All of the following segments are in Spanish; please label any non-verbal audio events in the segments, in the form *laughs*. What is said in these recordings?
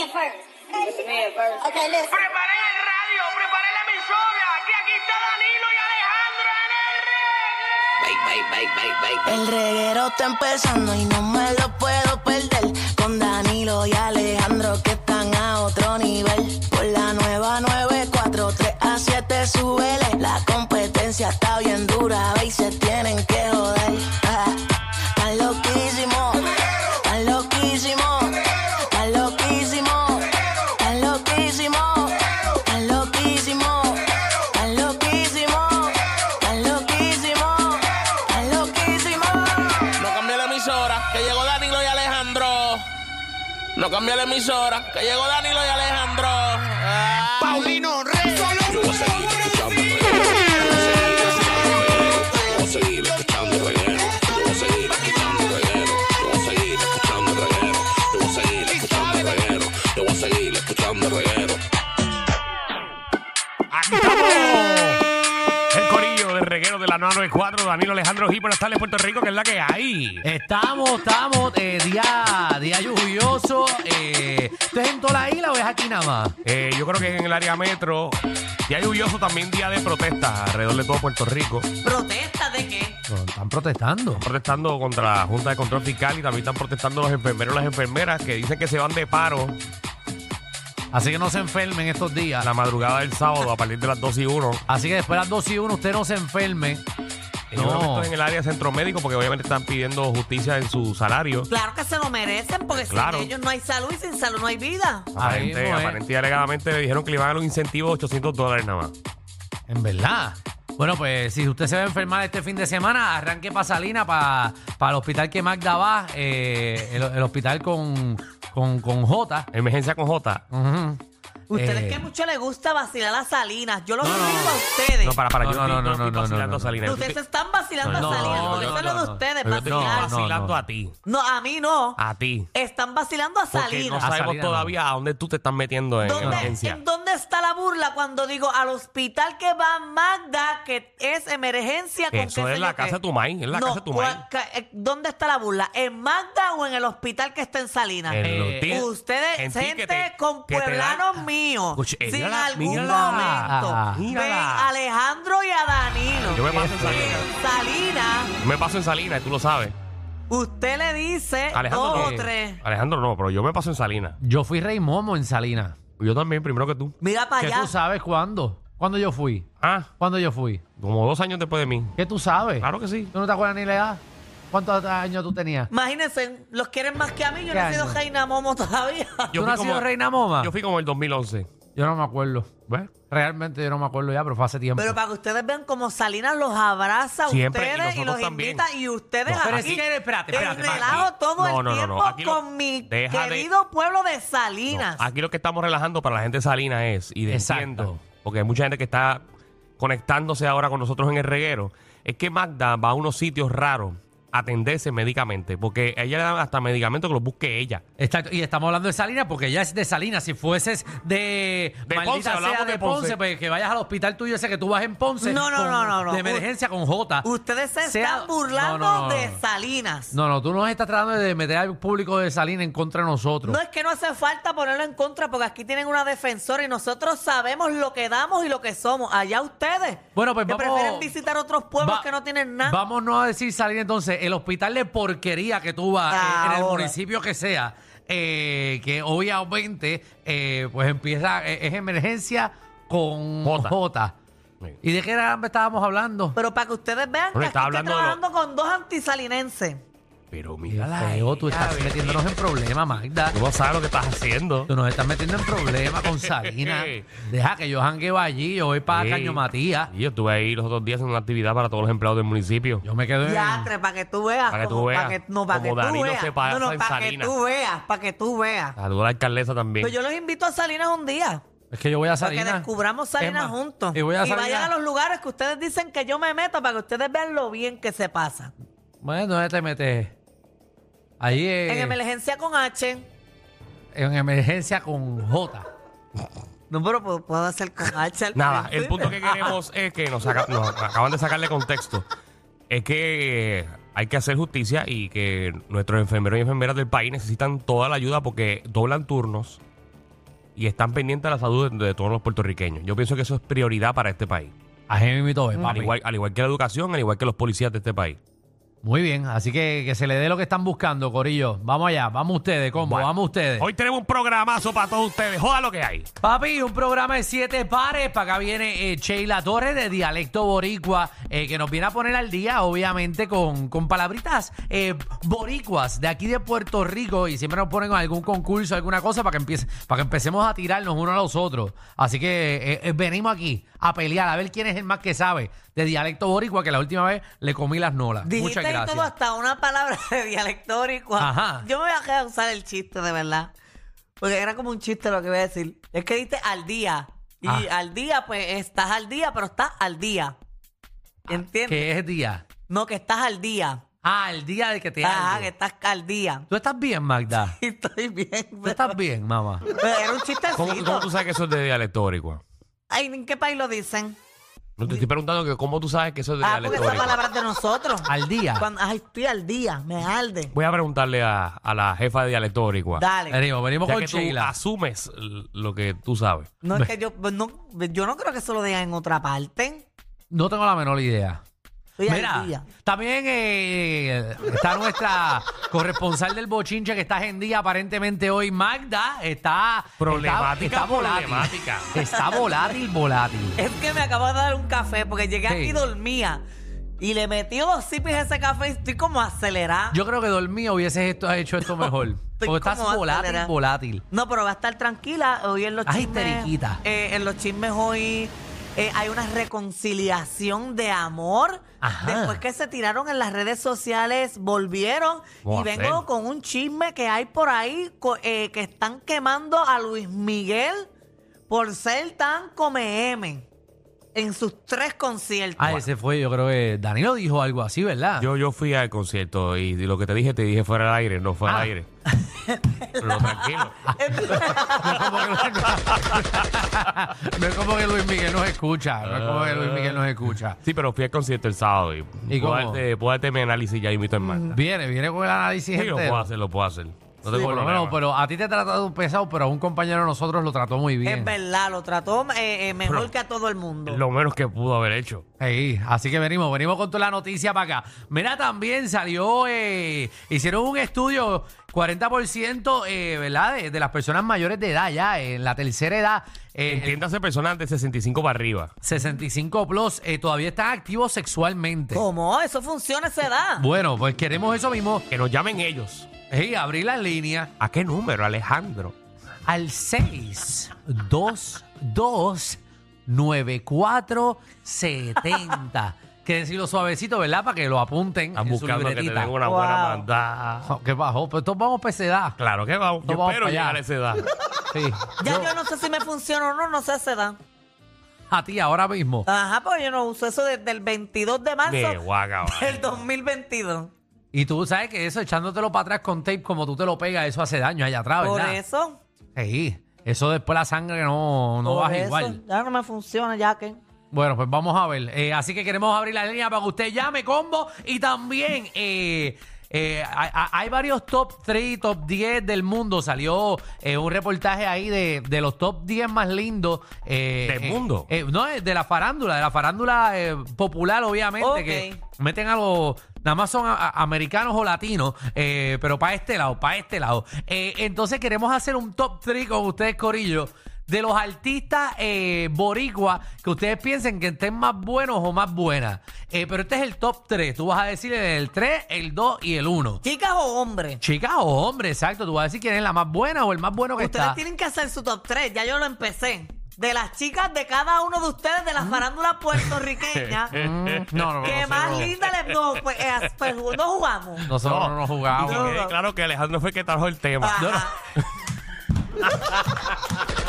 first. read it first. Okay, listen. Preparen el radio, preparen la emisora. Que aquí está Danilo y Alejandro en el reggae. El reguero está empezando y no me lo puedo perder. Con Danilo y Alejandro que están a otro nivel. Por la nueva 94, 3 a 7 súbele. La competencia está bien dura, ve y se tienen que joder. Ah, Están loquísimos, están loquísimos, están loquísimos, están loquísimos, están loquísimos, están loquísimos, están loquísimos, están loquísimos. No cambie la emisora, que llegó Danilo y Alejandro. No cambie la emisora, que llegó Danilo y Alejandro. Ah. Paulino Rey. Yo voy a seguir escuchando el reguero. Yo voy a seguir escuchando el reguero. Yo voy a seguir escuchando el reguero. Yo voy a seguir escuchando el reguero. Yo voy a seguir escuchando el reguero. Yo voy a seguir escuchando el reguero. Aquí estamos. El corillo del reguero de la 994, Danilo Alejandro Gil. Buenas tardes, Puerto Rico, que es la que hay. Estamos, estamos, eh, día, día lluvioso. Eh, ¿Esto es en toda la isla o es aquí nada más? Eh, yo creo que es en el área metro. Día lluvioso también, día de protesta alrededor de todo Puerto Rico. ¿Protesta de qué? No, están protestando. Protestando contra la Junta de Control Fiscal y también están protestando los enfermeros y las enfermeras que dicen que se van de paro Así que no se enfermen estos días. la madrugada del sábado a partir de las 2 y 1. Así que después de las 2 y 1 usted no se enferme. Yo creo que esto No. es en el área centro médico porque obviamente están pidiendo justicia en su salario. Claro que se lo merecen, porque Claro. sin ellos no hay salud y sin salud no hay vida. Ahí Aparente, mismo ¿eh? es. aparente y alegadamente le dijeron que le iban a dar un incentivo de 800 dólares nada más. En verdad. Bueno, pues si usted se va a enfermar este fin de semana, arranque para Salina, para el hospital que Magda va, eh, el, el hospital con, con, con J. Emergencia con J. Ujú. Ustedes Eh, que mucho les gusta vacilar a Salinas. Yo los digo a ustedes. No, para, para, No, yo no, estoy- no, no, estoy no, no, vacilando no. a Salinas. Ustedes se están vacilando No, a Salinas. no, porque no, eso es lo de no. ustedes, Yo te estoy vacilar. no, No, no. vacilando a ti. a mí no. A ti. Están vacilando a Ah. Porque no Salinas. sabemos Salinas, no. todavía a dónde tú te estás metiendo en ¿Dónde, emergencia. ¿En dónde está la burla cuando digo al hospital que va Magda, que es emergencia con qué Eso sé es yo la qué? casa de tu main, es la No, casa de tu main. cua- ca- eh, ¿Dónde está la burla? ¿En Magda o en el hospital que está en Salinas? En los Eh, días- Ustedes, en ti que gente te- con que te pueblanos dan- míos, Escucha, sin mírala, algún mírala, momento, ven mírala. a Alejandro y a Danilo. Este, Yo me paso en Salinas. En Salinas, Yo me paso en Salinas, y tú lo sabes. usted le dice Alejandro Eh, dos o no. tres. Alejandro no, pero yo me paso en Salinas. Yo fui rey momo en Salina. Yo también, primero que tú. Mira para ¿Qué allá. tú sabes cuándo? ¿Cuándo yo fui? Ah, ¿Cuándo yo fui? como dos años después de mí. ¿Qué tú sabes? Claro que sí. ¿Tú no te acuerdas ni la edad? ¿Cuántos años tú tenías? Imagínense, los quieren más que a mí. Yo ¿Qué no he sido año? Jaina *laughs* Momo todavía. Yo ¿Tú fui no has como- sido reina moma? Yo Yo, fui como el 2011. no me acuerdo. ¿Ves? Realmente yo no me acuerdo ya, pero fue hace tiempo. Pero para que ustedes vean cómo Salinas los abraza a Siempre, y ustedes y, nosotros los también. invita y ustedes No, pero aquí es que- espérate, espérate, el Maki. relajo todo No, el no, no, no. tiempo Aquí lo- con mi deja de- querido pueblo de No, Salinas. Aquí lo que estamos relajando para la gente de Salinas es, y de Exacto. entiendo, porque hay mucha gente que está conectándose ahora con nosotros en el reguero, es que Magda va a unos sitios raros a atenderse médicamente, porque a ella le dan hasta medicamentos que los busque ella. Exacto, y estamos hablando de Salinas porque ya es de Salinas. Si fueses de, De maldita Ponce, sea, hablamos de de Ponce. Ponce, pues que vayas al hospital tuyo ese que tú vas en Ponce. No, no, con- no, no, no. De emergencia con J. Ustedes se Sea- están burlando No, no, no, de no. Salinas. No. No, no, tú nos estás tratando de meter al público de Salinas en contra de nosotros. es que no hace falta ponerlo en contra porque aquí tienen una defensora y nosotros sabemos lo que damos y lo que somos. Allá ustedes Bueno, pues que vamos- prefieren visitar otros pueblos Va- que no tienen nada. Vamos no a decir salir entonces. El hospital de porquería que tú vas eh, en el Ahora. municipio que sea, eh, que obviamente eh, pues empieza, eh, es emergencia con Jota. J. ¿Y de qué era que estábamos hablando? Pero para que ustedes vean Bueno, que estaba aquí estoy hablando de trabajando con dos antisalinenses. Pero mira, Mírala, Eo, tú estás metiéndonos en problemas, Magda. tú no sabes lo que estás haciendo. Tú nos estás metiendo en problemas *laughs* con Salina. Deja que yo jangueo allí, yo voy para Sí. Caño Matías. Y yo estuve ahí los otros días en una actividad para todos los empleados del municipio. Yo me quedo en... Yatre, para que tú veas. Para que como- tú veas. pa' que- no, para Como que tú Danilo veas. se pasa no, no, en para que Salinas. tú veas, para que tú veas. Saludó a la alcaldesa también. Pero yo los invito a Salinas un día. Es que yo voy a Para que Salinas. descubramos Salinas Es más, juntos. Y voy a Salinas. vayan a los lugares que ustedes dicen que yo me meto para que ustedes vean lo bien que se pasa. Bueno, ¿dónde te metes? Ahí eh, En emergencia con H. en emergencia con J. No, pero puedo, puedo hacer *laughs* con H. al Nada, principio. el punto que queremos es que nos, saca- nos acaban de sacarle contexto. Es que eh, hay que hacer justicia y que nuestros enfermeros y enfermeras del país necesitan toda la ayuda porque doblan turnos, y están pendientes de la salud de, de todos los puertorriqueños. Yo pienso que eso es prioridad para este país. A Jimmy Mito, Al Mm, igual, al igual que la educación, al igual que los policías de este país. Muy bien, así que que se le dé lo que están buscando, Corillo. Vamos allá, vamos ustedes, combo, Bueno, vamos ustedes. Hoy tenemos un programazo para todos ustedes. Joda lo que hay. Papi, un programa de siete pares. Para acá viene eh, Sheila Torres de Dialecto Boricua, eh, que nos viene a poner al día, obviamente, con, con palabritas eh, boricuas de aquí de Puerto Rico. Y siempre nos ponen algún concurso, alguna cosa, para que, empiece, para que empecemos a tirarnos unos a los otros. Así que eh, eh, venimos aquí a pelear, a ver quién es el más que sabe de Dialecto Boricua, que la última vez le comí las nolas. Dijiste Muchas y gracias. todo hasta una palabra *laughs* de dialectórico. Ajá. Yo me voy a quedar usar el chiste, de verdad. Porque era como un chiste lo que iba a decir. Es que diste al día. Y Ah. al día, pues estás al día, pero estás al día. ¿Entiendes? Ah, Que es día. No, que estás al día. Ah, el día de que te Ajá, hagan. que estás al día. *laughs* ¿Tú estás bien, Magda? Y Estoy bien. ¿Tú estás bien, mamá? Pero era un chistecito. ¿Cómo, cómo tú sabes que eso es de dialecto boricua? Ay, ¿en qué país lo dicen? No te estoy preguntando que cómo tú sabes que eso es de Ah, porque dialecto esa boricua. palabra es de nosotros. Al día. Cuando- ay, estoy al día, me arde. Voy a preguntarle a, a la jefa de dialecto boricua. Dale. Venimos, Ah, venimos Ya con que tú Sheila. asumes l- lo que tú sabes. No es que yo pues, no, yo no creo que eso lo digan en otra parte. No tengo la menor idea. Estoy al Mira, día. también eh, está nuestra *laughs* corresponsal del bochinche que está en día aparentemente hoy, Magda. Está Problemática, Está, está volátil. problemática. Está volátil, volátil. Es que me acabo de dar un café porque llegué Sí. aquí y dormía. Y le metí dos sipis a ese café y estoy como acelerada. Yo creo que dormí hubieses esto, hecho esto mejor. *laughs* estoy Porque estás como volátil, acelerada. volátil. No, pero va a estar tranquila. Hoy en los Ay, chismes. teriquita. eh, en los chismes hoy eh, hay una reconciliación de amor. Ajá. Después que se tiraron en las redes sociales, volvieron. Vamos Y a vengo hacer. con un chisme que hay por ahí co- eh, que están quemando a Luis Miguel por ser tan come M en sus tres conciertos. Ah, ese fue, yo creo que Danilo dijo algo así, ¿verdad? Yo, yo fui al concierto y, lo que te dije, te dije fuera al aire, no fue Ah. al aire. *laughs* Pero tranquilo. No es como que- *laughs* no es como que Luis Miguel nos escucha. No es como que Luis Miguel nos escucha. Sí, pero fui al concierto el sábado y, puedo, ¿Y cómo? darte, puedo darte mi análisis ya invito en Marta. Viene, viene con el análisis Sí, lo entero. puedo hacer, lo puedo hacer. No tengo por lo problema. menos, pero a ti te trata de un pesado, pero a un compañero de nosotros lo trató muy bien. Es verdad, lo trató eh, eh, mejor Pero- que a todo el mundo. Lo menos que pudo haber hecho. Ey, así que venimos, venimos con toda la noticia para acá. Mira, también salió, eh, hicieron un estudio, 40%, eh, ¿verdad? De, de las personas mayores de edad ya, en la tercera edad. eh, Entiéndase personas de 65 para arriba. 65 plus, eh, todavía están activos sexualmente. ¿Cómo? Eso funciona a esa edad. Bueno, pues queremos eso mismo. Que nos llamen ellos. Ey, abrir las líneas ¿A qué número, Alejandro? al *laughs* 6229470. que decirlo suavecito, ¿verdad? Para que lo apunten Están en su buscando que te libretita. den una buena Wow. mandada. Oh, ¿Qué bajó? Pues todos vamos para esa edad. Claro que vamos. No Yo vamos espero pa' allá. llegar a esa edad. Sí. Ya Yo- yo no sé si me funciona o no, no sé a esa edad. *laughs* A ti ahora mismo. Ajá, porque yo no uso eso desde el 22 de marzo De guaca, del 2022. Y tú sabes que eso, echándotelo para atrás con tape, como tú te lo pegas, eso hace daño allá atrás, Por ¿verdad? eso. Sí. Eso después la sangre no, no por baja eso, igual. Ya no me funciona, ya que. Bueno, pues vamos a ver. Eh, así que queremos abrir la línea para que usted llame, combo. Y también eh, eh, hay, hay varios top 3, top 10 del mundo. Salió eh, un reportaje ahí de, de los top 10 más lindos. eh, ¿Del eh, mundo? eh, no, eh, de la farándula, de la farándula eh, popular, obviamente. Ok. Que meten a los... Nada más son a- a- americanos o latinos, eh, pero para este lado, para este lado. Eh, entonces queremos hacer un top 3 con ustedes, Corillo, de los artistas eh, boricua que ustedes piensen que estén más buenos o más buenas. Eh, pero este es el top 3. Tú vas a decir el 3, el 2 y el 1. Chicas o hombres. Chica o hombre, exacto. Tú vas a decir quién es la más buena o el más bueno que Ustedes está. tienen que hacer su top 3, ya yo lo empecé. De las chicas de cada uno de ustedes, de las farándulas puertorriqueñas. Mm, no, no, no. que nosotros más no. linda les no, pues, eh, pues, no jugamos. Nosotros no, Ah, nos jugamos. Que quede claro que Alejandro fue el que trajo el tema. Ajá.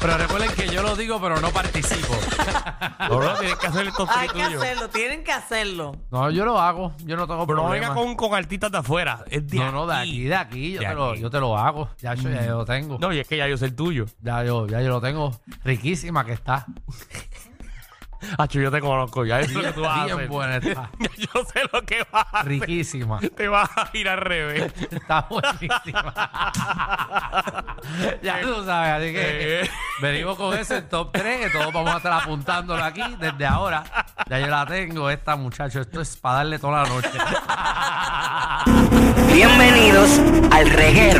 Pero recuerden que yo lo digo, pero no participo. ah. No, no, tienes que hacer el top Hay three que tuyo. hacerlo, tienen que hacerlo. *laughs* No, yo lo hago. Yo no tengo Pero no problema. venga con, con artistas de afuera. Es de no, no, de aquí, de aquí. Yo, De te, Lo, aquí. yo te lo hago. Ya, yo, ya yo lo tengo. No, y es que ya yo sé el tuyo. Ya, yo, ya yo lo tengo. Riquísima que está. Hacho, yo te conozco. Ya es lo que tú vas a Bien hacer. *laughs* buena está. Yo sé lo que vas a hacer. Riquísima. Te vas a ir al revés. *laughs* *laughs* Está buenísima. ya tú sabes, así que. Eh, Venimos con ese top 3, que todos vamos a estar apuntándolo aquí desde ahora. Ya yo la tengo, esta muchacho. Esto es para darle toda la noche. *laughs* Bienvenidos al reguero.